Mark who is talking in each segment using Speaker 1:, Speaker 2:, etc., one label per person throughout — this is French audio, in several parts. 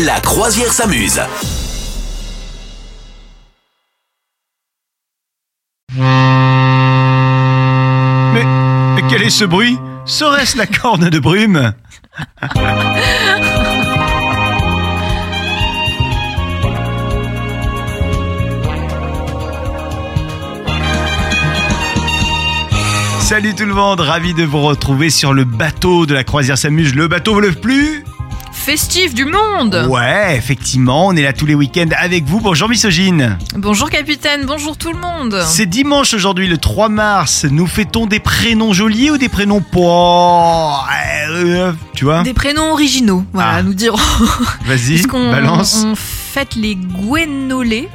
Speaker 1: La croisière s'amuse.
Speaker 2: Mais, mais quel est ce bruit Serait-ce la corne de brume Salut tout le monde, ravi de vous retrouver sur le bateau de la croisière s'amuse, le bateau le plus...
Speaker 3: festif du monde.
Speaker 2: Ouais, effectivement, on est là tous les week-ends avec vous. Bonjour Misogyne
Speaker 3: Bonjour capitaine, bonjour tout le monde.
Speaker 2: C'est dimanche aujourd'hui, le 3 mars. Nous fêtons des prénoms jolis ou des prénoms pas... euh, Tu vois
Speaker 3: Des prénoms originaux, voilà,
Speaker 2: Ah.
Speaker 3: nous dirons.
Speaker 2: Vas-y,
Speaker 3: Parce qu'on-
Speaker 2: balance.
Speaker 3: on fête les Gwenolé.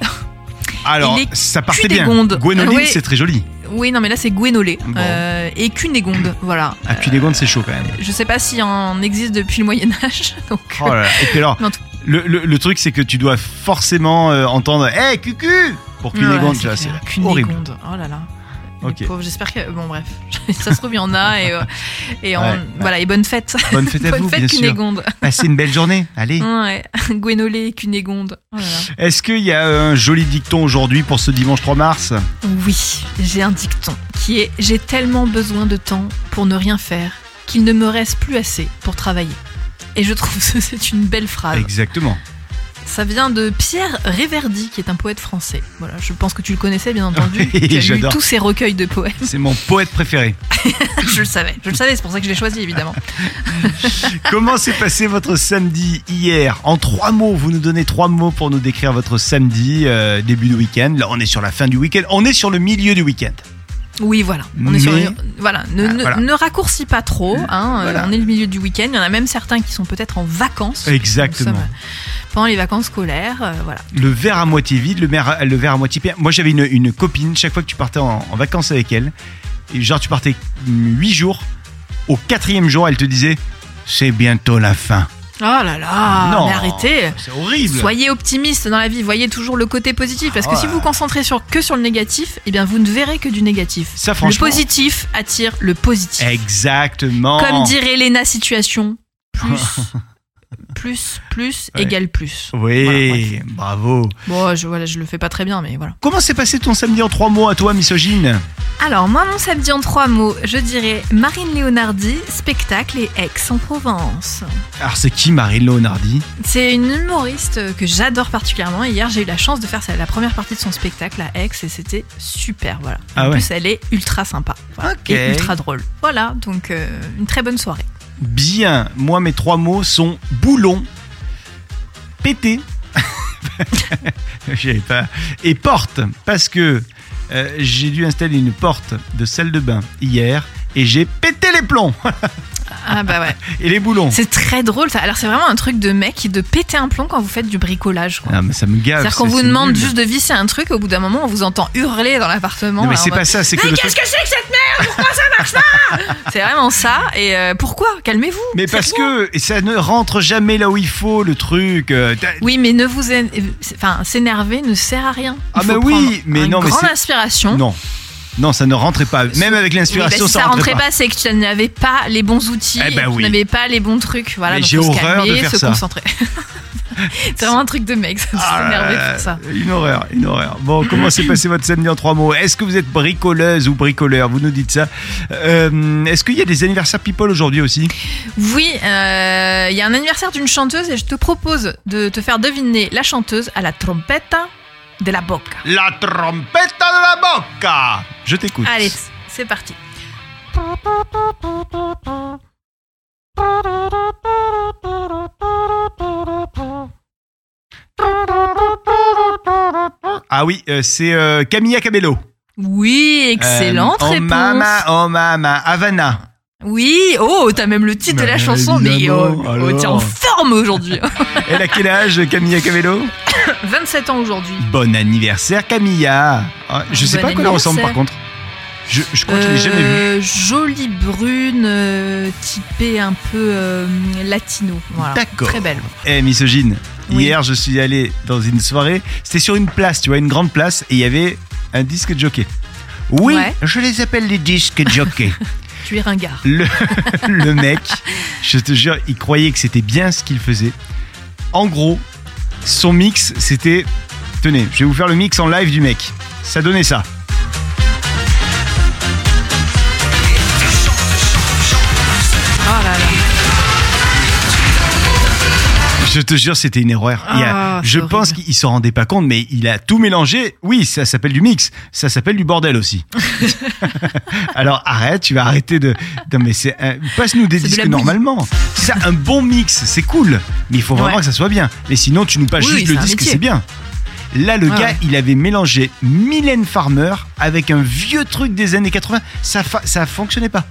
Speaker 2: Alors,
Speaker 3: il est
Speaker 2: ça partait bien.
Speaker 3: Cunégonde.
Speaker 2: Gwénoline,
Speaker 3: Ah ouais.
Speaker 2: c'est très joli.
Speaker 3: Oui, non mais là c'est Gwenolé
Speaker 2: Bon.
Speaker 3: Euh, et Cunégonde, voilà.
Speaker 2: Ah, Cunégonde, c'est chaud quand même.
Speaker 3: Je sais pas si en existe depuis le Moyen Âge, donc.
Speaker 2: Oh là là. Et puis alors,
Speaker 3: Non, tout-
Speaker 2: le, le- le truc, c'est que tu dois forcément euh, entendre Hé, cucu Pour
Speaker 3: Ouais,
Speaker 2: Cunégonde,
Speaker 3: c'est
Speaker 2: tu vois, c'est
Speaker 3: clair.
Speaker 2: horrible.
Speaker 3: Cunégonde, oh là là. Les
Speaker 2: Ok.
Speaker 3: pauvres, J'espère que bon bref, ça se trouve il y en a et, euh, et en-
Speaker 2: Ouais, ouais.
Speaker 3: voilà et bonne fête.
Speaker 2: Bonne fête à vous,
Speaker 3: bonne fête
Speaker 2: bien sûr.
Speaker 3: Cunégonde.
Speaker 2: Passez une belle journée. Allez.
Speaker 3: Ouais, Gwenolé et Cunégonde. Oh là là.
Speaker 2: Est-ce qu'il y a un joli dicton aujourd'hui pour ce dimanche 3 mars
Speaker 3: Oui, j'ai un dicton qui est J'ai tellement besoin de temps pour ne rien faire qu'il ne me reste plus assez pour travailler. Et je trouve que c'est une belle phrase.
Speaker 2: Exactement.
Speaker 3: Ça vient de Pierre Réverdy, qui est un poète français. Voilà, je pense que tu le connaissais, bien entendu.
Speaker 2: Oui,
Speaker 3: tu as lu
Speaker 2: j'adore.
Speaker 3: tous ses recueils de poèmes.
Speaker 2: C'est mon poète préféré.
Speaker 3: je le savais, je le savais, c'est pour ça que je l'ai choisi, évidemment.
Speaker 2: Comment s'est passé votre samedi hier En trois mots, vous nous donnez trois mots pour nous décrire votre samedi, euh, début de week-end. Là, on est sur la fin du week-end. On est sur le milieu du week-end.
Speaker 3: Oui, voilà. On est sur
Speaker 2: Mais-
Speaker 3: une- Voilà, ne,
Speaker 2: Ah,
Speaker 3: ne-
Speaker 2: voilà.
Speaker 3: ne raccourcis pas trop. hein, euh,
Speaker 2: Voilà.
Speaker 3: On est le milieu du week-end. Il y en a même certains qui sont peut-être en vacances.
Speaker 2: Exactement.
Speaker 3: Nous sommes, euh, pendant les vacances scolaires, euh, voilà.
Speaker 2: Le verre à moitié vide, le, mer- le verre à moitié plein. Moi, j'avais une, une copine, chaque fois que tu partais en, en vacances avec elle, et genre, tu partais huit jours. Au quatrième jour, elle te disait C'est bientôt la fin.
Speaker 3: Oh là là,
Speaker 2: Non.
Speaker 3: mais arrêtez
Speaker 2: C'est horrible.
Speaker 3: Soyez optimiste dans la vie, voyez toujours le côté positif, parce que
Speaker 2: Ah
Speaker 3: si
Speaker 2: ouais.
Speaker 3: vous vous concentrez sur, que sur le négatif, eh bien vous ne verrez que du négatif.
Speaker 2: Ça,
Speaker 3: Le
Speaker 2: franchement.
Speaker 3: positif attire le positif.
Speaker 2: Exactement.
Speaker 3: Comme dirait Léna Situation, plus, plus, plus
Speaker 2: Ouais.
Speaker 3: égale plus.
Speaker 2: Oui,
Speaker 3: Voilà,
Speaker 2: bravo.
Speaker 3: Bon, je, voilà, je le fais pas très bien, mais voilà.
Speaker 2: Comment s'est passé ton samedi en trois mots à toi, misogyne
Speaker 3: Alors, moi, mon samedi en trois mots, je dirais Marine Leonardi, spectacle et ex en Provence.
Speaker 2: Alors c'est qui Marine Leonardi
Speaker 3: C'est une humoriste que j'adore particulièrement. Et Hier, j'ai eu la chance de faire sa- la première partie de son spectacle à Aix et c'était super. Voilà. En
Speaker 2: Ah ouais.
Speaker 3: plus, elle est ultra sympa voilà,
Speaker 2: Ok.
Speaker 3: et ultra drôle. Voilà, donc euh, une très bonne soirée.
Speaker 2: Bien, moi mes trois mots sont boulon, pété, J'avais pas, et porte, parce que euh, j'ai dû installer une porte de salle de bain hier et j'ai pété les plombs
Speaker 3: Ah bah ouais.
Speaker 2: et les boulons.
Speaker 3: c'est très drôle. Ça. Alors, c'est vraiment un truc de mec et de péter un plomb quand vous faites du bricolage. quoi.
Speaker 2: Ah, mais ça me gave.
Speaker 3: C'est-à-dire qu'on
Speaker 2: ça,
Speaker 3: vous
Speaker 2: c'est
Speaker 3: demande
Speaker 2: nul.
Speaker 3: juste de visser un truc, au bout d'un moment, on vous entend hurler dans l'appartement.
Speaker 2: Non mais
Speaker 3: là, en
Speaker 2: c'est
Speaker 3: mode,
Speaker 2: pas ça, c'est que
Speaker 3: Ah, Mais
Speaker 2: le
Speaker 3: qu'est-ce
Speaker 2: truc-
Speaker 3: que c'est que cette merde Pourquoi ça marche pas C'est vraiment ça. Et euh, pourquoi Calmez-vous.
Speaker 2: Mais
Speaker 3: c'est
Speaker 2: parce
Speaker 3: rien.
Speaker 2: que ça ne rentre jamais là où il faut le truc. euh, t'as-
Speaker 3: Oui, mais ne vous. é- Enfin, s'énerver ne sert à rien. Il
Speaker 2: Ah,
Speaker 3: faut
Speaker 2: bah oui,
Speaker 3: prendre
Speaker 2: mais
Speaker 3: une
Speaker 2: non, mais
Speaker 3: grande
Speaker 2: c'est-
Speaker 3: inspiration.
Speaker 2: Non, non, ça ne rentrait pas. Même avec
Speaker 3: Oui, bah,
Speaker 2: l'inspiration,
Speaker 3: si ça rentrait
Speaker 2: pas.
Speaker 3: pas, c'est que tu n'avais pas les bons outils,
Speaker 2: Eh ben
Speaker 3: et que
Speaker 2: oui.
Speaker 3: tu n'avais pas les bons trucs. Voilà,
Speaker 2: Mais
Speaker 3: donc
Speaker 2: j'ai
Speaker 3: faut se
Speaker 2: horreur de
Speaker 3: calmer,
Speaker 2: faire
Speaker 3: se
Speaker 2: ça.
Speaker 3: concentrer. c'est vraiment un truc de mec, ça, de
Speaker 2: Ah là
Speaker 3: s'énerver
Speaker 2: là
Speaker 3: pour ça.
Speaker 2: là, Une horreur, une horreur. Bon, comment s'est passé votre samedi en trois mots Est-ce que vous êtes bricoleuse ou bricoleur Vous nous dites ça. Euh, Est-ce qu'il y a des anniversaires people aujourd'hui aussi
Speaker 3: Oui, euh, il y a un anniversaire d'une chanteuse et je te propose de te faire deviner la chanteuse à la trompetta de la bocca.
Speaker 2: La trompette de la boca Je t'écoute.
Speaker 3: Allez, c'est parti.
Speaker 2: Ah oui, euh, c'est euh, Camilla Cabello.
Speaker 3: Oui, excellente
Speaker 2: Euh, oh
Speaker 3: réponse.
Speaker 2: mama, oh mama, Havana.
Speaker 3: Oui, oh, t'as même le titre de la
Speaker 2: Mais
Speaker 3: chanson, mais
Speaker 2: évidemment,
Speaker 3: oh, oh, t'es en
Speaker 2: alors.
Speaker 3: forme aujourd'hui.
Speaker 2: Elle a quel âge, Camilla Cabello
Speaker 3: 27 ans aujourd'hui.
Speaker 2: Bon anniversaire, Camilla. Ah, je sais
Speaker 3: Bon
Speaker 2: pas à quoi elle ressemble par contre.
Speaker 3: anniversaire.
Speaker 2: Je, je crois que je l'ai jamais vue.
Speaker 3: Euh, Jolie brune, euh, typée un peu euh, latino. Voilà.
Speaker 2: D'accord.
Speaker 3: Très belle.
Speaker 2: Eh, misogyne,
Speaker 3: Oui.
Speaker 2: hier je suis allé dans une soirée, c'était sur une place, tu vois, une grande place, et il y avait un disque jockey. Oui,
Speaker 3: Ouais.
Speaker 2: je les appelle les disques jockeys.
Speaker 3: Tu es ringard.
Speaker 2: le, le mec, je te jure, il croyait que c'était bien ce qu'il faisait. En gros, son mix, c'était. Tenez, je vais vous faire le mix en live du mec. Ça donnait ça.
Speaker 3: Oh là là.
Speaker 2: Je te jure, c'était une erreur. Il y a-
Speaker 3: Ah,
Speaker 2: je
Speaker 3: c'est
Speaker 2: pense
Speaker 3: horrible.
Speaker 2: qu'il s'en rendait pas compte, mais il a tout mélangé. Oui, ça s'appelle du mix. Ça s'appelle du bordel aussi. Alors arrête, tu vas arrêter de. Non, mais c'est. un- Passe-nous des
Speaker 3: C'est de
Speaker 2: disques
Speaker 3: la bouillie.
Speaker 2: normalement. C'est ça, un bon mix, c'est cool. Mais il faut vraiment
Speaker 3: Ouais.
Speaker 2: que ça soit bien. Mais sinon, tu nous passes
Speaker 3: Oui,
Speaker 2: juste
Speaker 3: c'est
Speaker 2: le
Speaker 3: un
Speaker 2: disque,
Speaker 3: métier.
Speaker 2: c'est bien. Là, le
Speaker 3: Ouais,
Speaker 2: gars,
Speaker 3: ouais.
Speaker 2: il avait mélangé Mylène Farmer avec un vieux truc des années 80. Ça, fa- ça fonctionnait pas.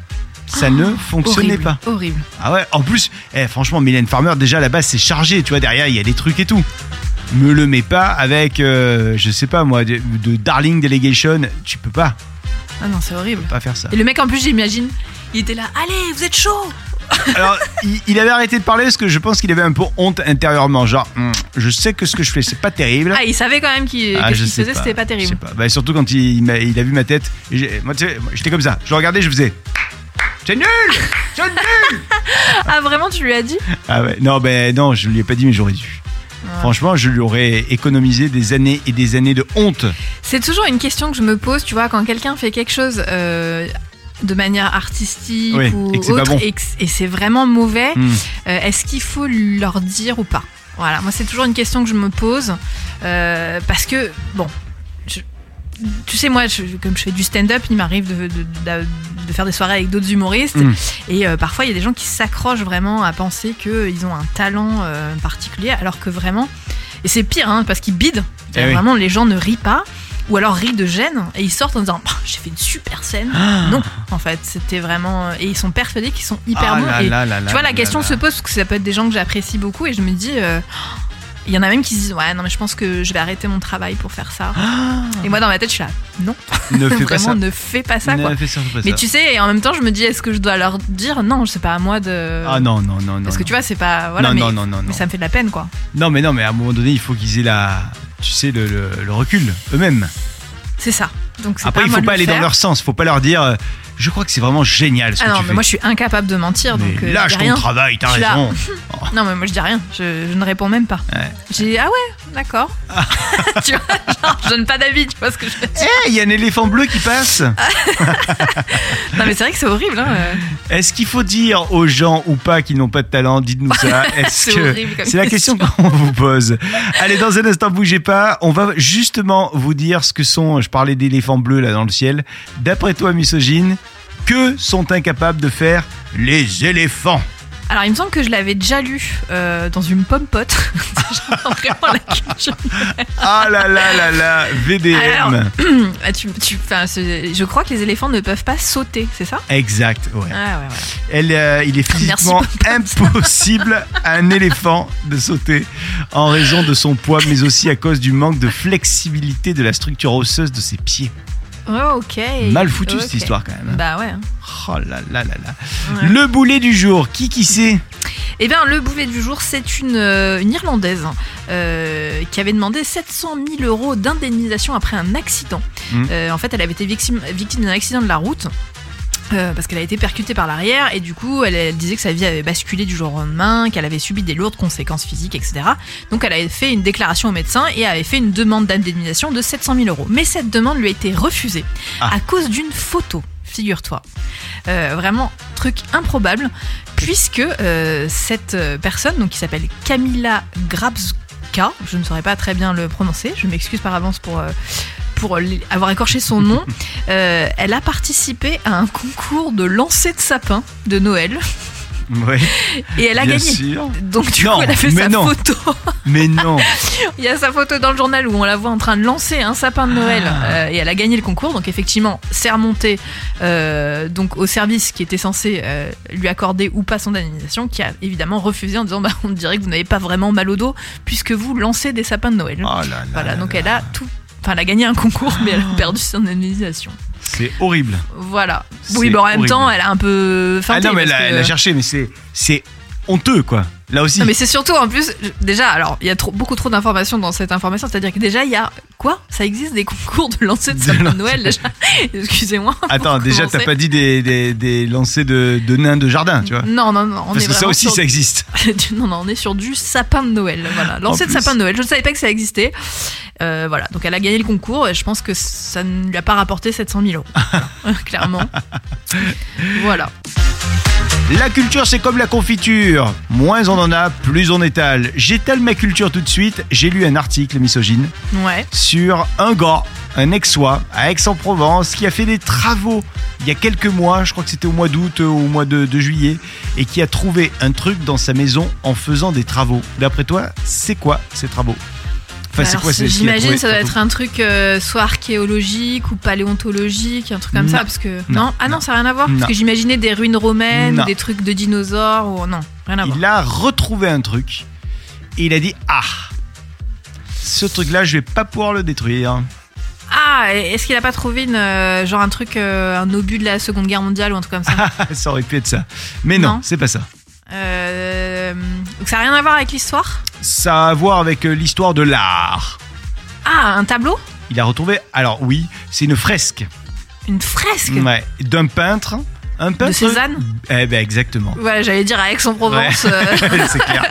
Speaker 2: Ça ne fonctionnait
Speaker 3: Ah, Horrible.
Speaker 2: pas.
Speaker 3: Horrible.
Speaker 2: Ah ouais, en plus, eh, franchement, Mylène Farmer, déjà à la base, c'est chargé, tu vois, derrière, il y a des trucs et tout. Me le mets pas avec, euh, je sais pas moi, de, de Darling Delegation, tu peux pas,
Speaker 3: Ah non, c'est horrible.
Speaker 2: pas faire ça.
Speaker 3: Et le mec, en plus, j'imagine, il était là. Allez, vous êtes chaud
Speaker 2: Alors, il, il avait arrêté de parler parce que je pense qu'il avait un peu honte intérieurement, genre, Hum, je sais que ce que je fais, c'est pas terrible.
Speaker 3: Ah, il savait quand même qu'il
Speaker 2: Ah,
Speaker 3: que ce
Speaker 2: je
Speaker 3: qu'il
Speaker 2: sais
Speaker 3: faisait, c'était pas
Speaker 2: Je sais
Speaker 3: terrible.
Speaker 2: pas. Bah, surtout quand il, m'a- il a vu ma tête. et j'ai- moi, tu sais, moi, j'étais comme ça. Je le regardais, je faisais. C'est nul C'est nul
Speaker 3: Ah, vraiment, tu lui as dit
Speaker 2: Ah ouais, non, ben non, je lui ai pas dit, mais j'aurais dû. Franchement, je lui aurais économisé des années et des années de honte.
Speaker 3: C'est toujours une question que je me pose, tu vois, quand quelqu'un fait quelque chose euh, de manière artistique
Speaker 2: Oui,
Speaker 3: ou
Speaker 2: et que c'est pas
Speaker 3: autre,
Speaker 2: bon.
Speaker 3: et que c- et c'est vraiment mauvais,
Speaker 2: Hmm.
Speaker 3: euh, est-ce qu'il faut leur dire ou pas Voilà, moi c'est toujours une question que je me pose, euh, parce que, bon, je- tu sais, moi, je- comme je fais du stand-up, il m'arrive de, de- de- de faire des soirées avec d'autres humoristes,
Speaker 2: Mm.
Speaker 3: et euh, parfois il y a des gens qui s'accrochent vraiment à penser qu'ils ont un talent euh, particulier, alors que vraiment, et c'est pire, hein, parce qu'ils bident,
Speaker 2: Eh oui.
Speaker 3: vraiment les gens ne rient pas. Ou alors rient de gêne et ils sortent en disant Bah, j'ai fait une super scène. non, en fait, c'était vraiment euh, et ils sont persuadés qu'ils sont hyper
Speaker 2: Ah
Speaker 3: bons.
Speaker 2: là
Speaker 3: et
Speaker 2: là là là
Speaker 3: tu vois, la
Speaker 2: là
Speaker 3: question
Speaker 2: là.
Speaker 3: se pose parce que ça peut être des gens que j'apprécie beaucoup et je me dis, euh, il y en a même qui se disent, ouais, non, mais je pense que je vais arrêter mon travail pour faire ça.
Speaker 2: Ah.
Speaker 3: Et moi, dans ma tête, je suis là, non,
Speaker 2: Ne fais pas
Speaker 3: vraiment,
Speaker 2: ça.
Speaker 3: ne fais pas ça, quoi.
Speaker 2: Ne fais surtout pas
Speaker 3: Mais
Speaker 2: ça.
Speaker 3: tu sais, et en même temps, je me dis, est-ce que je dois leur dire, non, c'est pas à moi de.
Speaker 2: Ah non, non, non, non.
Speaker 3: euh, Parce que
Speaker 2: non.
Speaker 3: tu vois, c'est pas. Voilà,
Speaker 2: non,
Speaker 3: mais,
Speaker 2: non, non, non,
Speaker 3: mais
Speaker 2: non.
Speaker 3: ça me fait de la peine, quoi.
Speaker 2: Non, mais non, mais à un moment donné, il faut qu'ils aient la. Tu sais, le, le- le recul eux-mêmes.
Speaker 3: C'est ça. Donc, c'est
Speaker 2: Après,
Speaker 3: pas à
Speaker 2: il
Speaker 3: moi
Speaker 2: faut
Speaker 3: de
Speaker 2: pas
Speaker 3: le
Speaker 2: aller
Speaker 3: faire.
Speaker 2: dans leur sens. faut pas leur dire. euh, Je crois que c'est vraiment génial ce
Speaker 3: Ah
Speaker 2: que
Speaker 3: non,
Speaker 2: tu
Speaker 3: mais
Speaker 2: fais.
Speaker 3: moi, je suis incapable de mentir, donc.
Speaker 2: Mais
Speaker 3: euh, je
Speaker 2: lâche
Speaker 3: dis
Speaker 2: ton
Speaker 3: rien.
Speaker 2: travail, t'as
Speaker 3: Tu l'as.
Speaker 2: raison.
Speaker 3: Non, mais moi, je dis rien. Je, je ne réponds même pas.
Speaker 2: Ouais. Ah.
Speaker 3: J'ai, ah ouais, d'accord. tu vois, genre, je donne pas d'avis, tu vois ce que je veux dire.
Speaker 2: Eh, il y a un éléphant bleu qui passe.
Speaker 3: Non, mais c'est vrai que c'est horrible, hein. euh.
Speaker 2: Est-ce qu'il faut dire aux gens ou pas qu'ils n'ont pas de talent Dites-nous ça. Est-ce
Speaker 3: C'est
Speaker 2: que
Speaker 3: horrible comme
Speaker 2: c'est la question qu'on vous pose Allez, dans un instant, bougez pas. On va justement vous dire ce que sont. Je parlais d'éléphants bleus là dans le ciel. D'après toi, misogyne, que sont incapables de faire les éléphants
Speaker 3: Alors, il me semble que je l'avais déjà lu euh, dans une pomme pote. J'entends vraiment la culture.
Speaker 2: Ah là là là là, VDM.
Speaker 3: Alors- Ah, tu, tu- enfin, c'est- je crois que les éléphants ne peuvent pas sauter, c'est ça
Speaker 2: Exact. Ouais.
Speaker 3: Ah ouais, ouais.
Speaker 2: Elle, euh, il est
Speaker 3: Merci
Speaker 2: physiquement impossible à un éléphant de sauter en raison de son poids, mais aussi à cause du manque de flexibilité de la structure osseuse de ses pieds.
Speaker 3: ouais. Oh, ok.
Speaker 2: Mal foutu
Speaker 3: Ok.
Speaker 2: cette histoire quand même. hein.
Speaker 3: Bah ouais.
Speaker 2: Oh là là là là.
Speaker 3: Ouais.
Speaker 2: Le boulet du jour, qui qui sait
Speaker 3: Eh bien, le boulet du jour, c'est une, euh, une Irlandaise euh, qui avait demandé 700 000 euros d'indemnisation après un accident.
Speaker 2: Mhm.
Speaker 3: Euh, en fait, elle avait été victime, victime d'un accident de la route. euh, parce qu'elle a été percutée par l'arrière et du coup elle, elle disait que sa vie avait basculé du jour au lendemain, qu'elle avait subi des lourdes conséquences physiques, etc. Donc elle avait fait une déclaration au médecin et avait fait une demande d'indemnisation de 700 000 euros. Mais cette demande lui a été refusée
Speaker 2: Ah.
Speaker 3: à cause d'une photo, figure-toi. Euh, vraiment truc improbable puisque euh, cette euh, personne, donc qui s'appelle Camilla Grabska, je ne saurais pas très bien le prononcer, je m'excuse par avance pour, euh, pour l- avoir écorché son nom, euh, elle a participé à un concours de lancer de sapin de Noël
Speaker 2: Oui,
Speaker 3: et elle a
Speaker 2: bien
Speaker 3: gagné.
Speaker 2: sûr.
Speaker 3: Donc du
Speaker 2: Non,
Speaker 3: coup, elle a fait
Speaker 2: mais
Speaker 3: sa
Speaker 2: non.
Speaker 3: photo.
Speaker 2: Mais non. Oh
Speaker 3: Il y a sa photo dans le journal où on la voit en train de lancer un sapin de
Speaker 2: Ah.
Speaker 3: Noël euh, et elle a gagné le concours. Donc effectivement, c'est remonté euh, donc au service qui était censé euh, lui accorder ou pas son indemnisation, qui a évidemment refusé en disant bah on dirait que vous n'avez pas vraiment mal au dos puisque vous lancez des sapins de Noël.
Speaker 2: Oh là là.
Speaker 3: voilà,
Speaker 2: là
Speaker 3: donc
Speaker 2: là.
Speaker 3: elle a tout. Enfin, elle a gagné un concours, mais elle
Speaker 2: Ah.
Speaker 3: a perdu son indemnisation.
Speaker 2: C'est horrible.
Speaker 3: Voilà.
Speaker 2: C'est
Speaker 3: Oui, mais en même
Speaker 2: horrible.
Speaker 3: temps, elle a un peu.
Speaker 2: Ah
Speaker 3: feinté
Speaker 2: non, mais elle
Speaker 3: parce
Speaker 2: a,
Speaker 3: que-
Speaker 2: elle a cherché, mais c'est c'est honteux, quoi. Là aussi.
Speaker 3: Non, mais c'est surtout en plus, je- déjà, alors il y a trop, beaucoup trop d'informations dans cette information, c'est-à-dire que déjà il y a quoi Ça existe des concours de lancer de
Speaker 2: De
Speaker 3: sapin de
Speaker 2: lancer-
Speaker 3: Noël déjà Excusez-moi.
Speaker 2: Attends,
Speaker 3: pour
Speaker 2: déjà, t'as
Speaker 3: commencer.
Speaker 2: pas dit des, des, des lancers de, de nains de jardin, tu vois.
Speaker 3: Non, non, non, on
Speaker 2: Parce
Speaker 3: est
Speaker 2: que ça
Speaker 3: vraiment
Speaker 2: aussi,
Speaker 3: sur-
Speaker 2: ça existe.
Speaker 3: Du- Non, non, on est sur du sapin de Noël. Voilà, lancer de
Speaker 2: plus.
Speaker 3: sapin de Noël. Je ne savais pas que ça existait. Euh, voilà, donc elle a gagné le concours et je pense que ça ne lui a pas rapporté 700 000 euros. Voilà, Clairement. Voilà.
Speaker 2: La culture, c'est comme la confiture. Moins on en a, plus on étale. J'étale ma culture tout de suite. J'ai lu un article misogyne
Speaker 3: Ouais.
Speaker 2: sur un gars, un aixois, à Aix-en-Provence, qui a fait des travaux il y a quelques mois, je crois que c'était au mois d'août euh, ou au mois de, de juillet, et qui a trouvé un truc dans sa maison en faisant des travaux. D'après toi, c'est quoi ces travaux Enfin,
Speaker 3: Alors,
Speaker 2: ces- ce qu'il a
Speaker 3: J'imagine
Speaker 2: trouvé
Speaker 3: ça doit
Speaker 2: surtout
Speaker 3: être un truc euh, soit archéologique ou paléontologique, un truc comme ça,
Speaker 2: Non.
Speaker 3: parce que
Speaker 2: Non.
Speaker 3: non, ah non, ça n'a rien à voir,
Speaker 2: Non.
Speaker 3: parce que j'imaginais des ruines romaines,
Speaker 2: Non.
Speaker 3: ou des trucs de dinosaures, ou non, rien à voir.
Speaker 2: Il a retrouvé un truc et il a dit Ah, ce truc-là, je vais pas pouvoir le détruire.
Speaker 3: Ah, est-ce qu'il a pas trouvé une, euh, genre un truc, euh, un obus de la Seconde Guerre mondiale ou un truc comme ça
Speaker 2: ça aurait pu être ça. Mais non,
Speaker 3: Non.
Speaker 2: c'est pas ça.
Speaker 3: Euh, donc ça n'a rien à voir avec l'histoire
Speaker 2: Ça a à voir avec euh, l'histoire de l'art.
Speaker 3: Ah, un tableau
Speaker 2: Il a retrouvé, alors oui, c'est une fresque
Speaker 3: Une fresque
Speaker 2: ouais, d'un peintre. Un peintre.
Speaker 3: Cézanne
Speaker 2: Eh ben exactement.
Speaker 3: Ouais, j'allais dire à Aix-en-Provence. euh,
Speaker 2: c'est clair.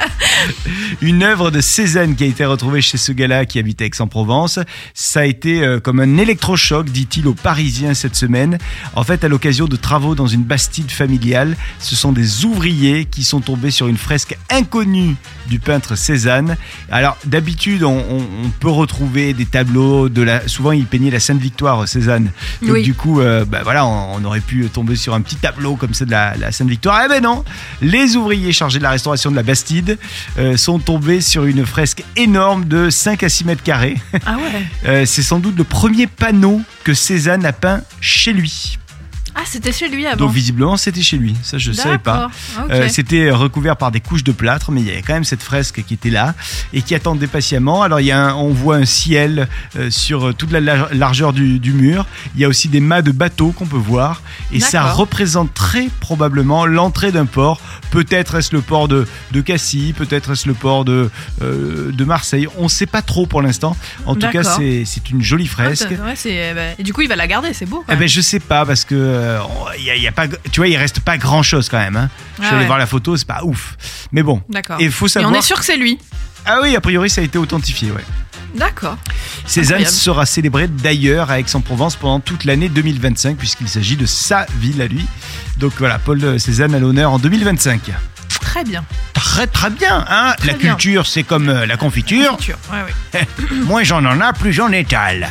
Speaker 2: Une œuvre de Cézanne qui a été retrouvée chez ce gars-là qui habitait Aix-en-Provence. Ça a été euh, comme un électrochoc, dit-il aux Parisiens cette semaine. En fait, à l'occasion de travaux dans une bastide familiale, ce sont des ouvriers qui sont tombés sur une fresque inconnue du peintre Cézanne. Alors, d'habitude, on, on- on peut retrouver des tableaux de la. Souvent, il peignait la Sainte-Victoire, Cézanne. Donc,
Speaker 3: Oui.
Speaker 2: du coup, euh, bah, voilà, on, on aurait pu tomber sur un petit tableau comme ça de la, la Sainte-Victoire. Eh ben non, les ouvriers chargés de la restauration de la Bastide euh, sont tombés sur une fresque énorme de 5 à 6 mètres carrés.
Speaker 3: Ah ouais
Speaker 2: Euh, c'est sans doute le premier panneau que Cézanne a peint chez lui.
Speaker 3: Ah, c'était chez lui avant.
Speaker 2: Donc visiblement c'était chez lui, ça je ne savais pas.
Speaker 3: D'accord. Ah, ok.
Speaker 2: Euh, c'était recouvert par des couches de plâtre, mais il y avait quand même cette fresque qui était là et qui attendait patiemment. Alors il y a un- on voit un ciel euh, sur toute la lar- largeur du, du mur. Il y a aussi des mâts de bateaux qu'on peut voir et ça
Speaker 3: D'accord.
Speaker 2: représente très probablement l'entrée d'un port. Peut-être est-ce le port de, de Cassis, peut-être est-ce le port de, euh, de Marseille. On ne sait pas trop pour l'instant. En tout cas
Speaker 3: D'accord.
Speaker 2: c'est c'est une jolie
Speaker 3: Ah,
Speaker 2: fresque.
Speaker 3: t'as- ouais, c'est- bah, et du coup, il va la garder, c'est beau. quand
Speaker 2: Eh
Speaker 3: même.
Speaker 2: ben je sais pas parce que euh, il y a- il y a pas tu vois il reste pas grand chose quand même hein. je suis
Speaker 3: Ah
Speaker 2: allé
Speaker 3: ouais.
Speaker 2: voir la photo c'est pas ouf mais bon
Speaker 3: D'accord.
Speaker 2: et faut
Speaker 3: Et on
Speaker 2: savoir
Speaker 3: est sûr que c'est lui.
Speaker 2: ah oui a priori ça a été authentifié ouais
Speaker 3: D'accord.
Speaker 2: Cézanne
Speaker 3: Incroyable.
Speaker 2: sera célébrée d'ailleurs à Aix-en-Provence pendant toute l'année 2025 puisqu'il s'agit de sa ville à lui donc voilà Paul euh, Cézanne à l'honneur en 2025
Speaker 3: Très bien.
Speaker 2: très très bien hein
Speaker 3: Très
Speaker 2: la
Speaker 3: bien.
Speaker 2: culture c'est comme euh, la confiture
Speaker 3: Culture. Ouais, ouais.
Speaker 2: moins j'en en a, plus j'en étale.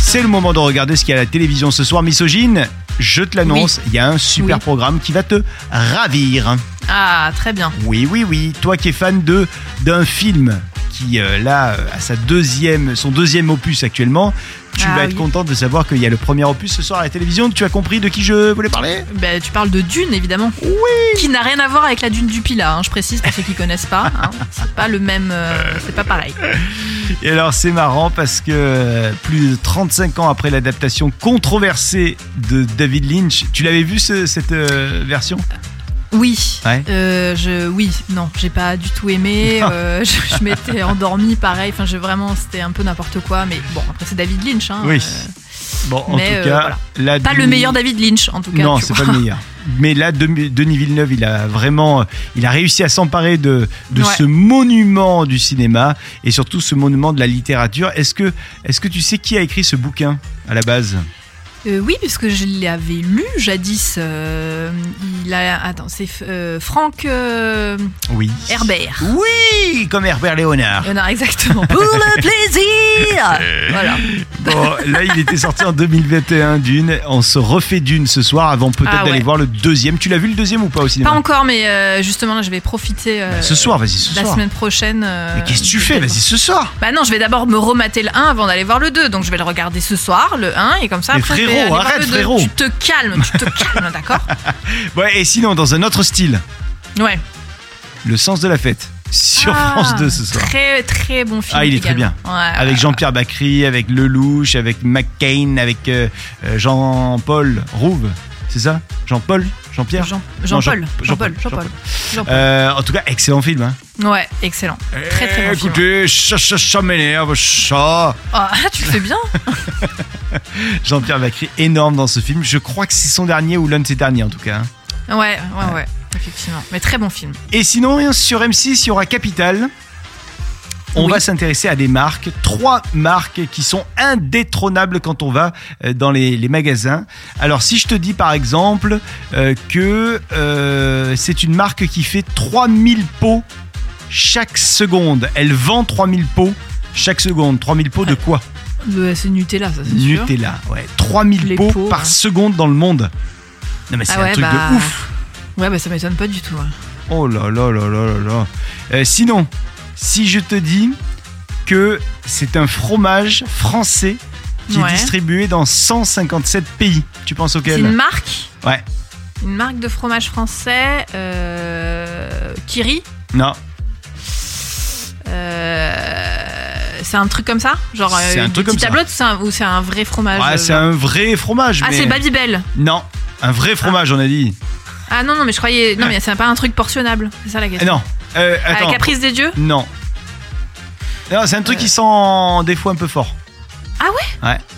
Speaker 2: C'est le moment de regarder ce qu'il y a à la télévision ce soir, misogyne. Je te l'annonce, il y a un super
Speaker 3: Oui.
Speaker 2: programme qui va te ravir.
Speaker 3: Ah, très bien.
Speaker 2: Oui, oui, oui. Toi qui es fan de d'un film qui euh, là euh, a sa deuxième, son deuxième opus actuellement, tu
Speaker 3: Ah
Speaker 2: vas
Speaker 3: oui.
Speaker 2: être contente de savoir qu'il y a le premier opus ce soir à la télévision. Tu as compris de qui je voulais parler
Speaker 3: Bah, tu parles de Dune, évidemment. Oui. Qui n'a rien à voir avec la Dune du Pilat, hein, je précise pour ceux qui connaissent pas. hein. C'est pas le même. euh, c'est pas pareil.
Speaker 2: Et alors c'est marrant parce que euh, plus de 35 ans après l'adaptation controversée de David Lynch, tu l'avais vu ce- cette euh, version
Speaker 3: Oui.
Speaker 2: Ouais.
Speaker 3: Euh, je, oui, non, j'ai pas du tout aimé. euh, je je m'étais endormie, pareil. Enfin, j'ai vraiment, c'était un peu n'importe quoi. Mais bon, après, c'est David Lynch. Hein,
Speaker 2: Oui.
Speaker 3: euh,
Speaker 2: Bon, en
Speaker 3: Mais,
Speaker 2: tout
Speaker 3: euh,
Speaker 2: cas, la
Speaker 3: voilà. pas le
Speaker 2: Denis-
Speaker 3: meilleur David Lynch, en tout cas.
Speaker 2: Non,
Speaker 3: tu
Speaker 2: c'est
Speaker 3: vois.
Speaker 2: pas le meilleur. Mais là, Demi- Denis Villeneuve, il a vraiment, euh, il a réussi à s'emparer de, de
Speaker 3: Ouais.
Speaker 2: ce monument du cinéma et surtout ce monument de la littérature. Est-ce que, est-ce que tu sais qui a écrit ce bouquin à la base
Speaker 3: Euh, oui, puisque je l'avais lu jadis. euh, il a, attends, c'est euh, Franck euh,
Speaker 2: Oui.
Speaker 3: Herbert.
Speaker 2: Oui, comme Herbert Léonard.
Speaker 3: Euh, non, exactement. Pour le plaisir. Ah, voilà.
Speaker 2: Euh, Bon, là, il était sorti en 2021 d'une. On se refait d'une ce soir avant peut-être
Speaker 3: Ah ouais.
Speaker 2: d'aller voir le deuxième. Tu l'as vu le deuxième ou pas au cinéma
Speaker 3: Pas encore, mais euh, justement, là, je vais profiter. euh,
Speaker 2: Bah, Ce soir, vas-y, ce
Speaker 3: La
Speaker 2: soir.
Speaker 3: semaine prochaine. euh,
Speaker 2: Mais qu'est-ce que tu
Speaker 3: de-
Speaker 2: fais Vas-y, ce soir.
Speaker 3: Bah non, je vais d'abord me remater le 1 avant d'aller voir le 2. Donc je vais le regarder ce soir, le 1, et comme ça,
Speaker 2: Mais
Speaker 3: après, je vais
Speaker 2: frérot,
Speaker 3: aller voir
Speaker 2: arrête,
Speaker 3: le 2.
Speaker 2: frérot.
Speaker 3: Tu te calmes, tu te calmes, d'accord
Speaker 2: Ouais, et sinon, dans un autre style.
Speaker 3: Ouais.
Speaker 2: Le sens de la fête sur
Speaker 3: Ah,
Speaker 2: France 2 ce soir.
Speaker 3: Très, très bon film.
Speaker 2: Ah, il est très
Speaker 3: également. Ouais,
Speaker 2: Avec
Speaker 3: ouais,
Speaker 2: Jean-Pierre Bacry, avec Lelouch, avec McCain, avec euh, euh, Jean-Paul Rouve, c'est ça Jean-Paul Jean-Pierre
Speaker 3: Jean-
Speaker 2: Non, Jean-
Speaker 3: Jean-Paul. Jean-Paul. Jean-Paul. Jean-Paul.
Speaker 2: Euh, En tout cas, excellent film. Hein.
Speaker 3: Ouais, excellent. Très très bon film.
Speaker 2: Écoutez, ça, ça, ça m'énerve, ça.
Speaker 3: Ah, tu le fais bien
Speaker 2: Jean-Pierre Bacri, énorme dans ce film. Je crois que c'est son dernier ou l'un de ses derniers en tout cas. hein.
Speaker 3: Ouais, ouais, ouais. Effectivement. Mais très bon film.
Speaker 2: Et sinon, hein, sur M6, il y aura Capital. On
Speaker 3: Oui.
Speaker 2: va s'intéresser à des marques, trois marques qui sont indétrônables quand on va euh, dans les, les magasins. Alors si je te dis par exemple euh, que euh, c'est une marque qui fait 3000 pots chaque seconde, elle vend 3000 pots chaque seconde, 3000 pots de quoi
Speaker 3: C'est Nutella, ça c'est sûr.
Speaker 2: Nutella, ouais, 3000
Speaker 3: Les
Speaker 2: pots,
Speaker 3: pots,
Speaker 2: par
Speaker 3: ouais.
Speaker 2: seconde dans le monde. Non mais c'est
Speaker 3: Ah
Speaker 2: un
Speaker 3: ouais,
Speaker 2: truc
Speaker 3: bah,
Speaker 2: de ouf.
Speaker 3: Ouais, bah ça m'étonne pas du tout. ouais.
Speaker 2: Oh là là là là là là. Euh, sinon, si je te dis que c'est un fromage français qui
Speaker 3: Ouais.
Speaker 2: est distribué dans 157 pays, tu penses
Speaker 3: C'est une
Speaker 2: auquel
Speaker 3: marque
Speaker 2: Ouais.
Speaker 3: Une marque de fromage français. Euh... Kiri
Speaker 2: Non,
Speaker 3: Euh, C'est un truc comme ça Genre
Speaker 2: C'est
Speaker 3: euh,
Speaker 2: un
Speaker 3: une
Speaker 2: truc comme
Speaker 3: petite
Speaker 2: ça.
Speaker 3: tablette ou c'est un- ou c'est un vrai fromage
Speaker 2: Ouais,
Speaker 3: euh,
Speaker 2: c'est un vrai fromage.
Speaker 3: Ah,
Speaker 2: mais...
Speaker 3: c'est Babybel
Speaker 2: Non, un vrai fromage, on a dit.
Speaker 3: Ah non, non, mais je croyais. Non, mais c'est pas un truc portionnable, c'est ça la
Speaker 2: Euh,
Speaker 3: question.
Speaker 2: Non, euh,
Speaker 3: Ah,
Speaker 2: attends.
Speaker 3: Caprice des dieux
Speaker 2: Non. Non, c'est un
Speaker 3: Euh.
Speaker 2: truc qui sent des fois un peu fort.